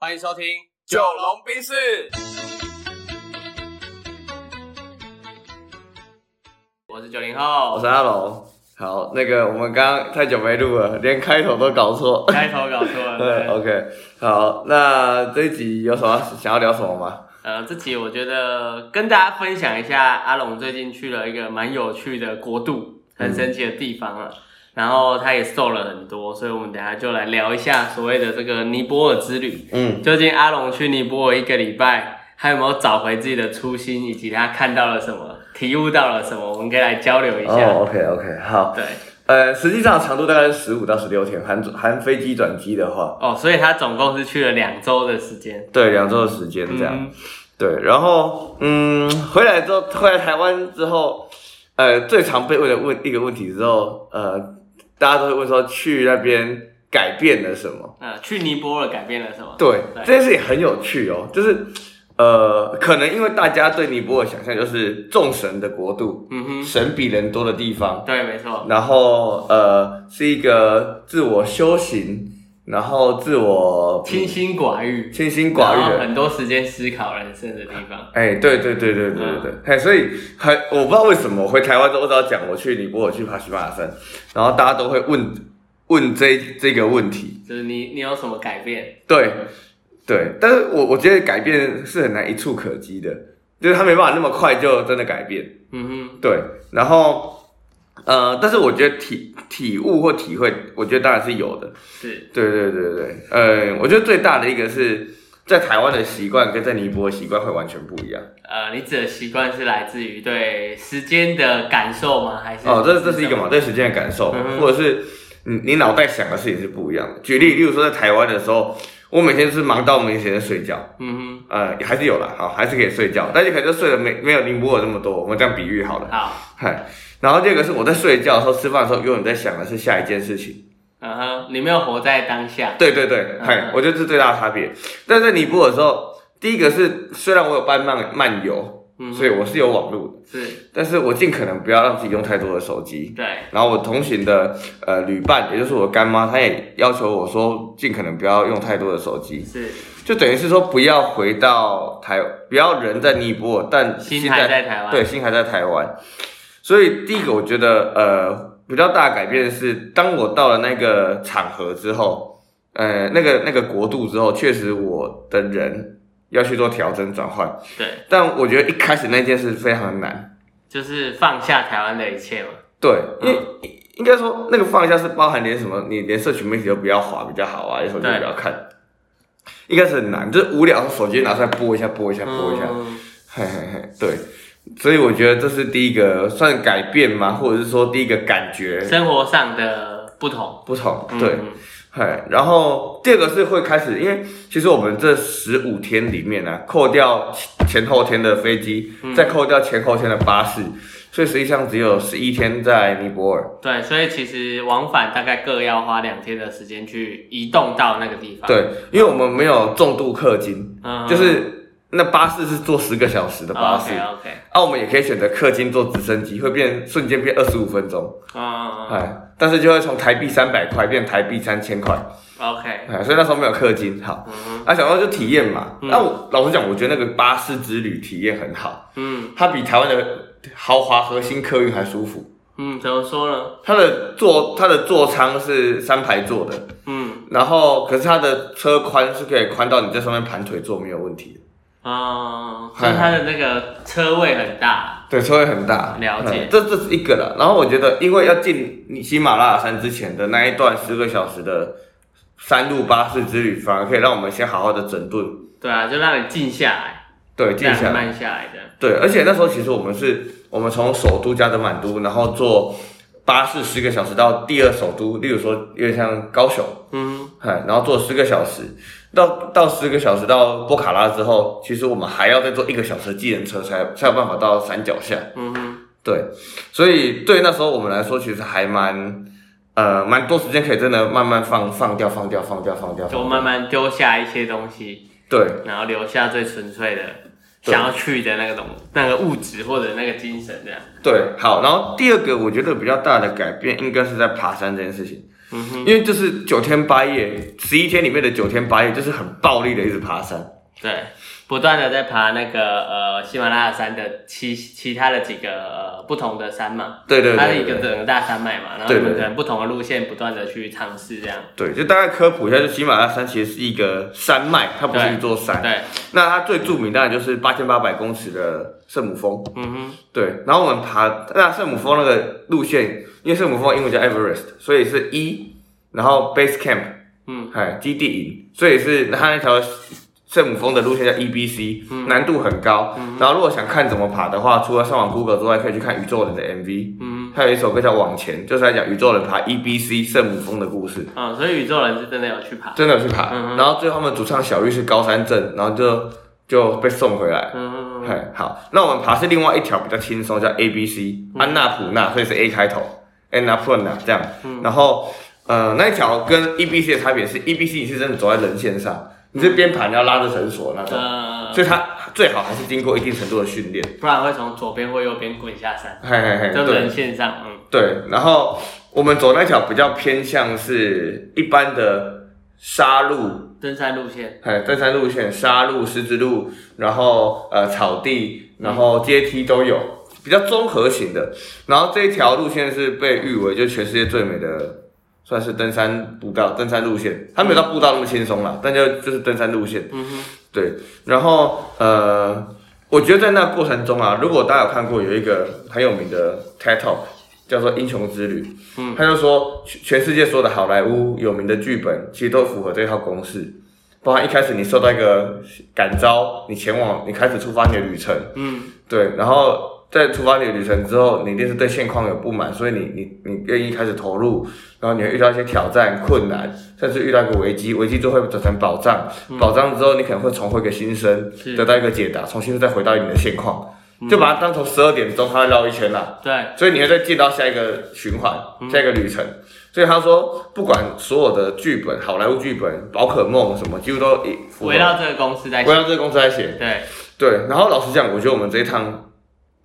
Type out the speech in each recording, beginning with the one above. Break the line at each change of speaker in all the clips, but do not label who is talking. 欢迎收听《九龙冰室》。我是九零后，
我是阿龙。好，那个我们刚刚太久没录了，连开头都搞错。
开头搞错了。
对，OK，好，那这一集有什么想要聊什么吗？
呃，这期我觉得跟大家分享一下，阿龙最近去了一个蛮有趣的国度，很神奇的地方啊。然后他也瘦了很多，所以我们等一下就来聊一下所谓的这个尼泊尔之旅。
嗯，
究竟阿龙去尼泊尔一个礼拜，他有没有找回自己的初心，以及他看到了什么，体悟到了什么？我们可以来交流一下。
哦、o k o k 好，
对，
呃，实际上长度大概是十五到十六天，含含飞机转机的话，
哦，所以他总共是去了两周的时间。
对，两周的时间这样。
嗯
对，然后嗯，回来之后，回来台湾之后，呃，最常被问的问一个问题之后，呃，大家都会问说去那边改变了什么。
呃，去尼泊尔改变了什么？
对
对，
这件事情很有趣哦，就是呃，可能因为大家对尼泊尔想象就是众神的国度，
嗯哼，
神比人多的地方，
对，没错，
然后呃是一个自我修行，然后自我
清心寡欲，
清心寡
然后
欲的。
很多时间思考人生的地方。
哎，对对对对对对对，哎、所以很我不知道为什么回台湾之后，我只要讲我去尼泊尔去爬喜马拉雅山，然后大家都会问问这这个问题，
就是你，你有什么改变？
对，对，但是我我觉得改变是很难一触可及的，就是他没办法那么快就真的改变。
嗯
对，然后呃，但是我觉得体体悟或体会，我觉得当然是有的
哼，。是，
对对对对，呃，我觉得最大的一个是在台湾的习惯跟在尼泊尔习惯会完全不一样。
呃，你指的习惯是来自于对时间的感受吗？还是
哦，这这是一个嘛，对时间的感受，
嗯哼
或者是你你脑袋想的事情是不一样的。举例，例如说在台湾的时候，我每天是忙到没时间睡觉。
嗯
呃，还是有啦，好，还是可以睡觉，但是可能就睡得没没有尼泊尔那么多，我们这样比喻好
哼，
了。
好，
嗨，然后第二个是我在睡觉的时候、吃饭的时候，永远在想的是下一件事情。
嗯哼，你没有活在当下。
对对对，嗨
嗯，
我觉得这是最大的差别。但在尼泊尔的时候，第一个是虽然我有办漫漫游，
嗯
所以我是有网络的，
是，
但是我尽可能不要让自己用太多的手机。
对，
然后我同行的呃旅伴，也就是我干妈，她也要求我说，尽可能不要用太多的手机。
是，
就等于是说不要回到台，不要人在尼泊尔，但
心
呃现
还在台湾
对，心还在台湾。所以第一个，我觉得呃比较大的改变是，当我到了那个场合之后，呃那个那个国度之后，确实我的人要去做调整转换，
对，
但我觉得一开始那件事非常难，
就是放下台湾的一切嘛。
对，因为
嗯。
应该说，那个放下是包含连什么，你连社群媒体都不要滑比较好啊，手机
对
不要看。一开始很难，就是无聊，手机拿出来播一下，播一下，播一下，
嗯
嘿嘿嘿，对。所以我觉得这是第一个算改变吗？或者是说第一个感觉
生活上的不同。
不同，
嗯
对，，嘿。然后第二个是会开始，因为其实我们这十五天里面呢、啊扣掉前前后天的飞机，再扣掉前后天的巴士，所以实际上只有十一天在尼泊尔。
对，所以其实往返大概各要花两天的时间去移动到那个地方。，
对，因为我们没有重度氪金，
嗯
就是那巴士是坐十个小时的巴士，
OK OK，
啊，我们也可以选择氪金坐直升机，会变瞬间变二十五分钟，
嗯嗯
哎，但是就会从台币三百块变台币三千块，
，OK，
哎，所以那时候没有氪金，好，
嗯
啊，想到就体验嘛，
嗯
那、我老实讲，我觉得那个巴士之旅体验很好，
嗯
它比台湾的豪华核心客运还舒服，
嗯，怎么说呢？
它的座它的座舱是三排座的，
嗯
然后可是它的车宽是可以宽到你在上面盘腿坐没有问题的。
嗯，
嗨
就是它的那个车位很大。
对，车会很大，
了解
嗯这这是一个了。然后我觉得，因为要进你喜马拉雅山之前的那一段十个小时的山路巴士之旅，反而可以让我们先好好的整顿，
对啊，就让你静下来，
对，静
让你
下来。
慢下来的。
对，而且那时候其实我们是，我们从首都加德满都，然后坐巴士十个小时到第二首都，例如说有点像高雄，
嗯，
哎，然后坐十个小时，到到十个小时到波卡拉之后，其实我们还要再坐一个小时的计程车才才有办法到山脚下。
嗯哼，
对，所以对那时候我们来说，其实还蛮呃蛮多时间可以真的慢慢放放掉放掉放掉放掉。
就慢慢丢下一些东西，
对
然后留下最纯粹的
对
想要去的那个东那个物质或者那个精神这样。
对，好，然后第二个我觉得比较大的改变应该是在爬山这件事情。
嗯哼，
因为就是九天八夜，十一天里面的九天八夜就是很暴力的一直爬山。
对，不断的在爬那个呃喜马拉雅山的其其他的几个呃不同的山嘛，
对对
它是一个
对对
整个大山脉嘛，然后
对
你
对
们可能不同的路线不断的去尝试这样，
对，就大概科普一下，就喜马拉雅山其实是一个山脉，它不是一座山。
对，
那它最著名当然就是八千八百公尺的圣母峰。
嗯哼，
对，然后我们爬那圣母峰那个路线，因为圣母峰英文叫 Everest，所以是一，然后 Base Camp，
嗯，
哎，基地营，所以是它那条圣母峰的路线叫 EBC，、难
嗯
度很高。然后如果想看怎么爬的话，除了上网 Google 之外，可以去看宇宙人的 MV，
嗯
还有一首歌叫《往前》，就是在讲宇宙人爬 EBC 圣母峰的故事。
哼，啊，所以宇宙人是真的有去爬，
真的有去爬，
嗯哼
然后最后他们主唱小玉是高山症，然后就就被送回来。
嗯，
嘿，好，那我们爬是另外一条比较轻松，叫 A B C，、安
嗯
娜普纳，所以是 A 开头，Annapurna 这样。
嗯
然后呃，那一条跟 E B C 的差别是，E B C 你是真的走在人线上，你是边爬你要拉着绳索那种，
呃，
所以它最好还是经过一定程度的训练。
不然会从左边或右边滚下山，
嘿嘿嘿，
就
对
人线上，嗯，
对。然后我们走那条比较偏向是一般的沙路
登山路线，
哎，登山路线、沙路、石子路，然后呃草地，然后阶梯都有，比较综合型的。然后这一条路线是被誉为就全世界最美的，算是登山步道、登山路线。它没有到步道那么轻松啦，但就就是登山路线。
嗯哼，
对，然后呃，我觉得在那过程中啊，如果大家有看过有一个很有名的 TED Talk，叫做《英雄之旅》，
嗯
他就说全全世界所有的好莱坞有名的剧本，其实都符合这套公式。包含一开始你受到一个感召，你前往，你开始出发你的旅程，
嗯，
对，然后在出发你的旅程之后，你一定是对现况有不满，所以你你你愿意开始投入，然后你会遇到一些挑战、困难，甚至遇到一个危机，危机最后会转成宝藏，宝藏之后你可能会重获一个新生，
嗯是嗯
得到一个解答，重新再回到你的现况，就把它当成十二点钟，它会绕一圈啦。
对，
所以你会再进到下一个循环，
嗯
下一个旅程。所以他说，不管所有的剧本，好莱坞剧本、宝可梦什么，几乎都一符合
围绕这个公司在
围
写，
绕这个公司来写。
对，
对，然后老实讲，我觉得我们这一趟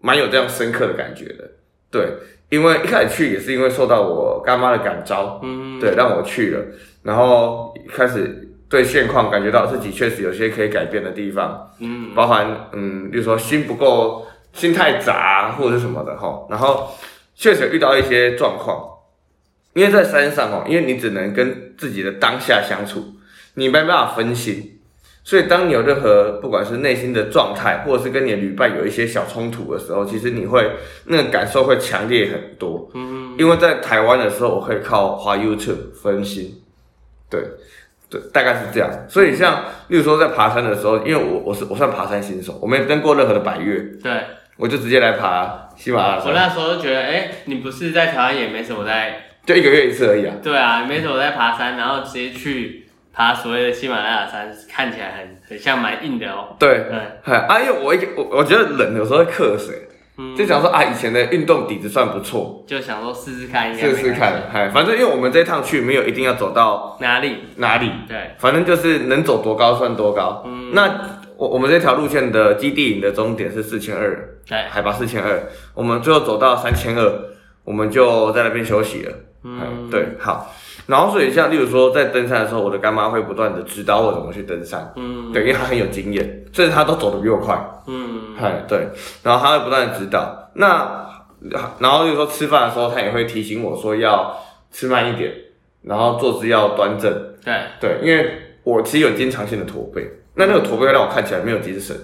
蛮有这样深刻的感觉的。对，因为一开始去也是因为受到我干妈的感召，
嗯，
对，让我去了，然后开始对现况感觉到自己确实有些可以改变的地方，
嗯，
包含嗯，比如说心不够，心太杂或者是什么的哈。然后确实有遇到一些状况，因为在山上哦，因为你只能跟自己的当下相处，你没办法分心。所以，当你有任何不管是内心的状态，或者是跟你的旅伴有一些小冲突的时候，其实你会那个感受会强烈很多。
嗯，
因为在台湾的时候，我可以靠滑 YouTube 分心，对对，大概是这样。所以像，例如说在爬山的时候，因为我我是我算爬山新手，我没登过任何的百越，
对。
我就直接来爬喜马拉雅
我
山，
那时候就觉得，哎、你不是在台湾也没什么在，
就一个月一次而已啊。
对啊，没什么在爬山，然后直接去爬所谓的喜马拉雅山，看起来很很像蛮硬的哦。
对，
对，
哎啊，因为我一我我觉得人有时候会克谁，
嗯，
就想说啊，以前的运动底子算不错，
就想说试试看，应该
试
没
试看
关，
哎，反正因为我们这一趟去没有一定要走到
系哪里？
哪里，
对，
反正就是能走多高算多高。
嗯
那我我们这条路线的基地营的终点是四千二，
对，
海拔四千二，我们最后走到三千二，我们就在那边休息了。
嗯，
嗯，对，好。然后所以像例如说在登山的时候，我的干妈会不断的指导我怎么去登山，
嗯
对，因为她很有经验，甚至她都走得比我快。
嗯
嗨，对，然后他会不断的指导。那然后就是说吃饭的时候，他也会提醒我说要吃慢一点，然后坐姿要端正。
嗯对，
对，因为我其实有经常性的驼背，那那个驼背会让我看起来没有精神。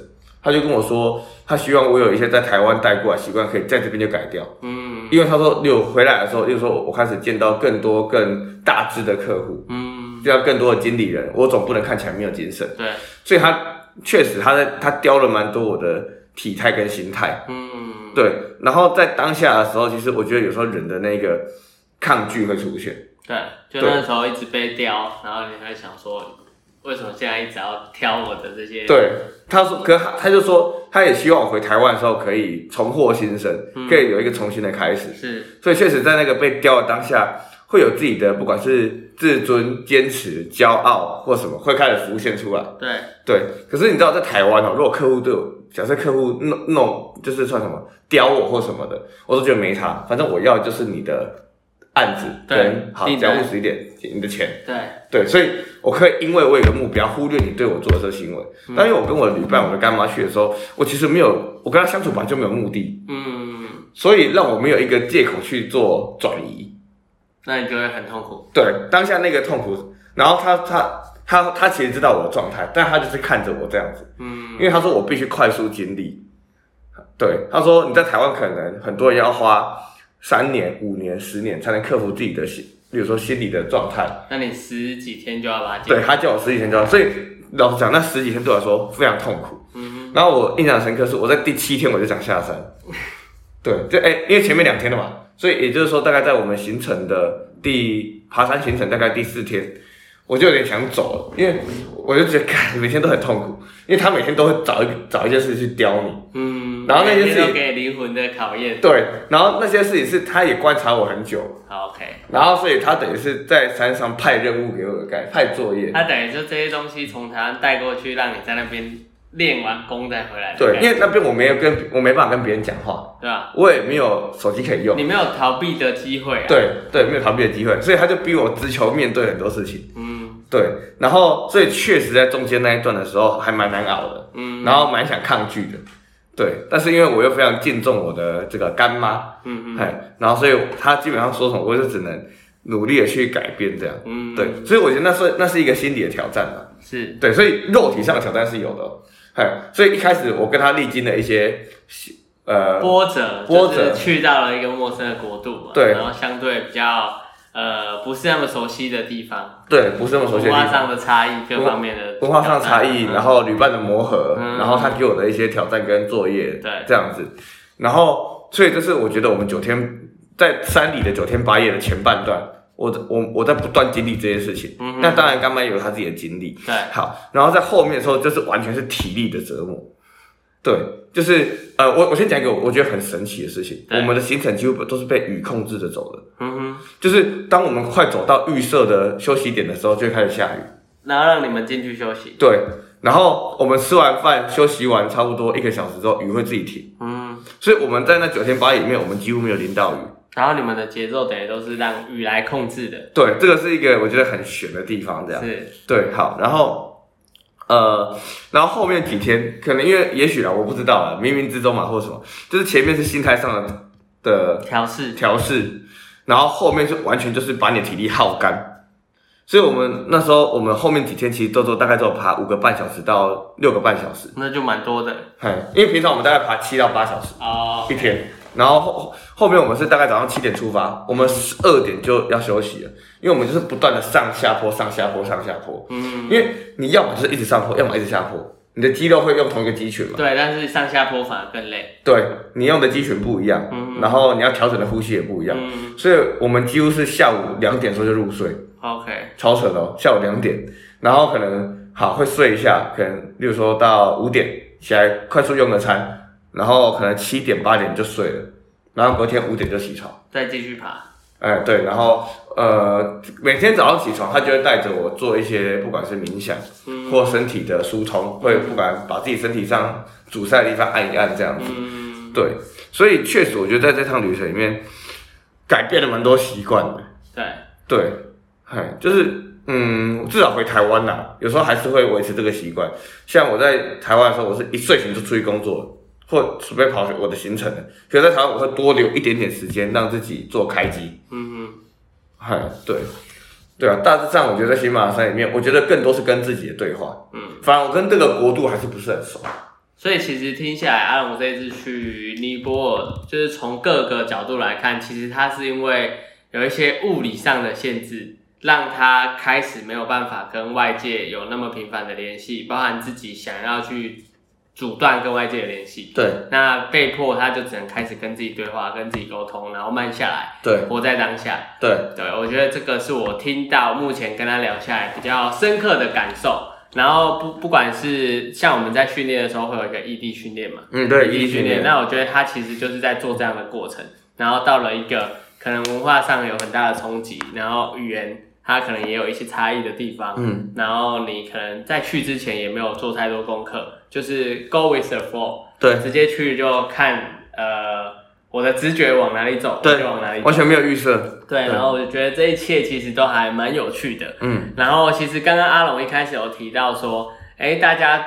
他就跟我说，他希望我有一些在台湾带过来习惯，可以在这边就改掉。
嗯
因为他说，有回来的时候，就是说我开始见到更多更大只的客户，
嗯，
见到更多的经理人，我总不能看起来没有精神。
对，
所以他确实他在他雕了蛮多我的体态跟心态。
嗯
对，然后在当下的时候，其实我觉得有时候人的那个抗拒会出现。
对，就
对
那时候一直被刁，然后你会想说，为什么现在一直要挑我的这些？
对，他说，可他他就说，他也希望我回台湾的时候可以重获新生，可以有一个重新的开始。
是，
所以确实在那个被雕的当下，会有自己的不管是自尊、坚持、骄傲或什么，会开始浮现出来。
对，
对，可是你知道在台湾哦，如果客户对我，假设客户弄弄就是算什么刁我或什么的，我都觉得没差，反正我要的就是你的案子
对
跟好
订
只要
单
务实一点，你的钱。
对，
对，所以我可以因为我有个目标，忽略你对我做的这个行为。但因为我跟我的旅伴、我的干妈去的时候，我其实没有，我跟她相处本来就没有目的，
嗯，
所以让我没有一个借口去做转移。
那你就会很痛苦。
对，当下那个痛苦，然后她她她她其实知道我的状态，但她就是看着我这样子，
嗯
因为她说我必须快速经历。对，她说你在台湾可能很多人要花三年、五年、十年才能克服自己的心，比如说心理的状态。
那你十几天就要把它解
对，他叫我十几天就要，所以老实讲，那十几天对我来说非常痛苦。
嗯
然后我印象深刻是，我在第七天我就想下山，对，就哎、因为前面两天了嘛，所以也就是说，大概在我们行程的第爬山行程大概第四天，我就有点想走了，因为我就觉得，看每天都很痛苦，因为他每天都会找一个找一件事去刁你，
嗯，
然后那些
每
事
天
情
都给你灵魂的考验。
对，然后那些事情是他也观察我很久，
好，OK，
然后所以他等于是在山上派任务给我改，派作业，
他等于就这些东西从台湾带过去，让你在那边练完功再回来的
对，
感觉。
因为那边我没有跟我没办法跟别人讲话，
对吧？
我也没有手机可以用
你，没有逃避的机会啊。，
对对，没有逃避的机会，所以他就逼我直球面对很多事情。
嗯
对，然后所以确实在中间那一段的时候还蛮难熬的，
嗯，
然后蛮想抗拒的，对，但是因为我又非常敬重我的这个干妈，
嗯嗯
哎，然后所以她基本上说什么，我就只能努力的去改变这样。
嗯，
对，所以我觉得那是那是一个心理的挑战吧。
是，
对，所以肉体上的挑战是有的哦，哎，所以一开始我跟他历经了一些，呃，
波折，
波
就是
折
去到了一个陌生的国度嘛，
对
然后相对比较呃不是那么熟悉的地方，
对，不是那么熟悉
文化
的地方，
上的差异，各方面的
文化上的差异，
嗯
然后旅伴的磨合，
嗯
然后他给我的一些挑战跟作业，
对
这样子，然后所以这是我觉得我们九天在山里的九天八夜的前半段，我我我在不断经历这些事情，
嗯哼
那当然干妈也有他自己的经历，
对，
好，然后在后面的时候就是完全是体力的折磨，对，就是呃，我我先讲一个我觉得很神奇的事情，
对
我们的行程几乎都是被雨控制着走的，
嗯哼，
就是当我们快走到预设的休息点的时候，就会开始下雨，
然后让你们进去休息，
对，然后我们吃完饭休息完差不多一个小时之后，雨会自己停，
嗯，
所以我们在那九天八夜里面，我们几乎没有淋到雨，
然后你们的节奏等于都是让雨来控制的，
对，这个是一个我觉得很悬的地方，这样。
是，
对，啊好，然后呃，然后后面几天可能因为也许啦，我不知道啊，冥冥之中嘛，或者什么，就是前面是心态上的的
调试，
调试，然后后面就完全就是把你的体力耗干。所以我们那时候，我们后面几天其实都都大概都有爬五个半小时到六个半小时，
那就蛮多的
嘿，因为平常我们大概爬七到八小时
哦
一，天，然后后后面我们是大概早上七点出发，我们十二点就要休息了，因为我们就是不断的上下坡、上下坡、上下坡，
嗯，
因为你要么就是一直上坡，要么一直下坡，你的肌肉会用同一个肌群嘛？
对，但是上下坡反而更累，
对，你用的肌群不一样，
嗯
然后你要调整的呼吸也不一样，
嗯
所以我们几乎是下午两点钟就入睡，
，OK，
超扯的哦，下午两点，然后可能好会睡一下，可能例如说到五点起来快速用个餐，然后可能七点八点就睡了，然后隔天五点就起床。
再继续爬，
哎，对，然后呃，每天早上起床，他就会带着我做一些，不管是冥想
嗯
或身体的疏通，会不管把自己身体上阻塞的地方按一按这样子。
嗯，
对，所以确实，我觉得在这趟旅程里面，改变了蛮多习惯的。
对，
对，哎，就是嗯，至少回台湾啦、有时候还是会维持这个习惯。像我在台湾的时候，我是一睡醒就出去工作了，或准备跑我的行程了。可是在台湾，我会多留一点点时间让自己做开机。
嗯
嗨，对，对啊，大致上我觉得在喜马拉雅山里面，我觉得更多是跟自己的对话。
嗯。
反而我跟这个国度还是不是很熟。
所以其实听下来，阿龙这一次去尼泊尔，就是从各个角度来看，其实他是因为有一些物理上的限制，让他开始没有办法跟外界有那么频繁的联系，包含自己想要去阻断跟外界的联系。
对
那被迫他就只能开始跟自己对话，跟自己沟通，然后慢下来，
对
活在当下。
对
对我觉得这个是我听到目前跟他聊下来比较深刻的感受。然后不不管是像我们在训练的时候会有一个异地训练嘛，
嗯，对，
异地
一地
训
训
练。
练。
那我觉得他其实就是在做这样的过程，然后到了一个可能文化上有很大的冲击，然后语言它可能也有一些差异的地方，
嗯，
然后你可能在去之前也没有做太多功课，就是 go with the flow，
对
直接去就看呃我的直觉往哪里走，
对
我就往哪里走
完。全没有预设。
对，然后我就觉得这一切其实都还蛮有趣的。
嗯，
然后其实刚刚阿龙一开始有提到说，哎，大家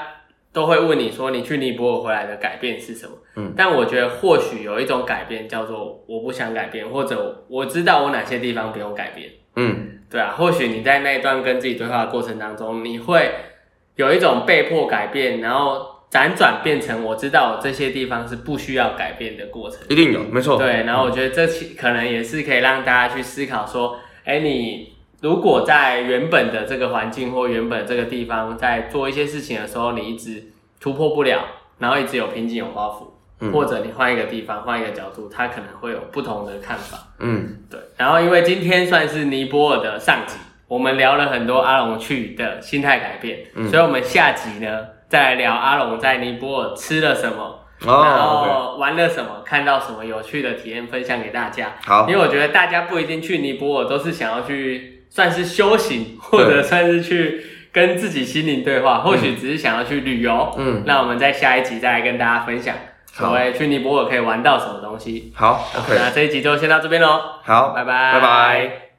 都会问你说你去尼泊尔回来的改变是什么？
嗯
但我觉得或许有一种改变叫做我不想改变，或者我知道我哪些地方不用改变。
嗯，
对啊，或许你在那一段跟自己对话的过程当中，你会有一种被迫改变，然后辗转变成我知道我这些地方是不需要改变的过程。
一定有，没错。
对，然后我觉得这其可能也是可以让大家去思考说，哎，你如果在原本的这个环境或原本这个地方在做一些事情的时候，你一直突破不了，然后一直有瓶颈、有包袱，
嗯
或者你换一个地方、换一个角度，它可能会有不同的看法。
嗯，
对，然后因为今天算是尼泊尔的上集，我们聊了很多阿龙去的心态改变，
嗯
所以我们下集呢再来聊阿龙在尼泊尔吃了什么。然
哦，
后玩了什么，看到什么有趣的体验分享给大家。
好
因为我觉得大家不一定去尼泊尔都是想要去算是修行，或者算是去跟自己心灵对话，或许只是想要去旅游。
嗯，
那我们在下一集再来跟大家分享所谓去尼泊尔可以玩到什么东西。
好
那
，OK，
这一集就先到这边喽，
好，
拜拜，
拜拜。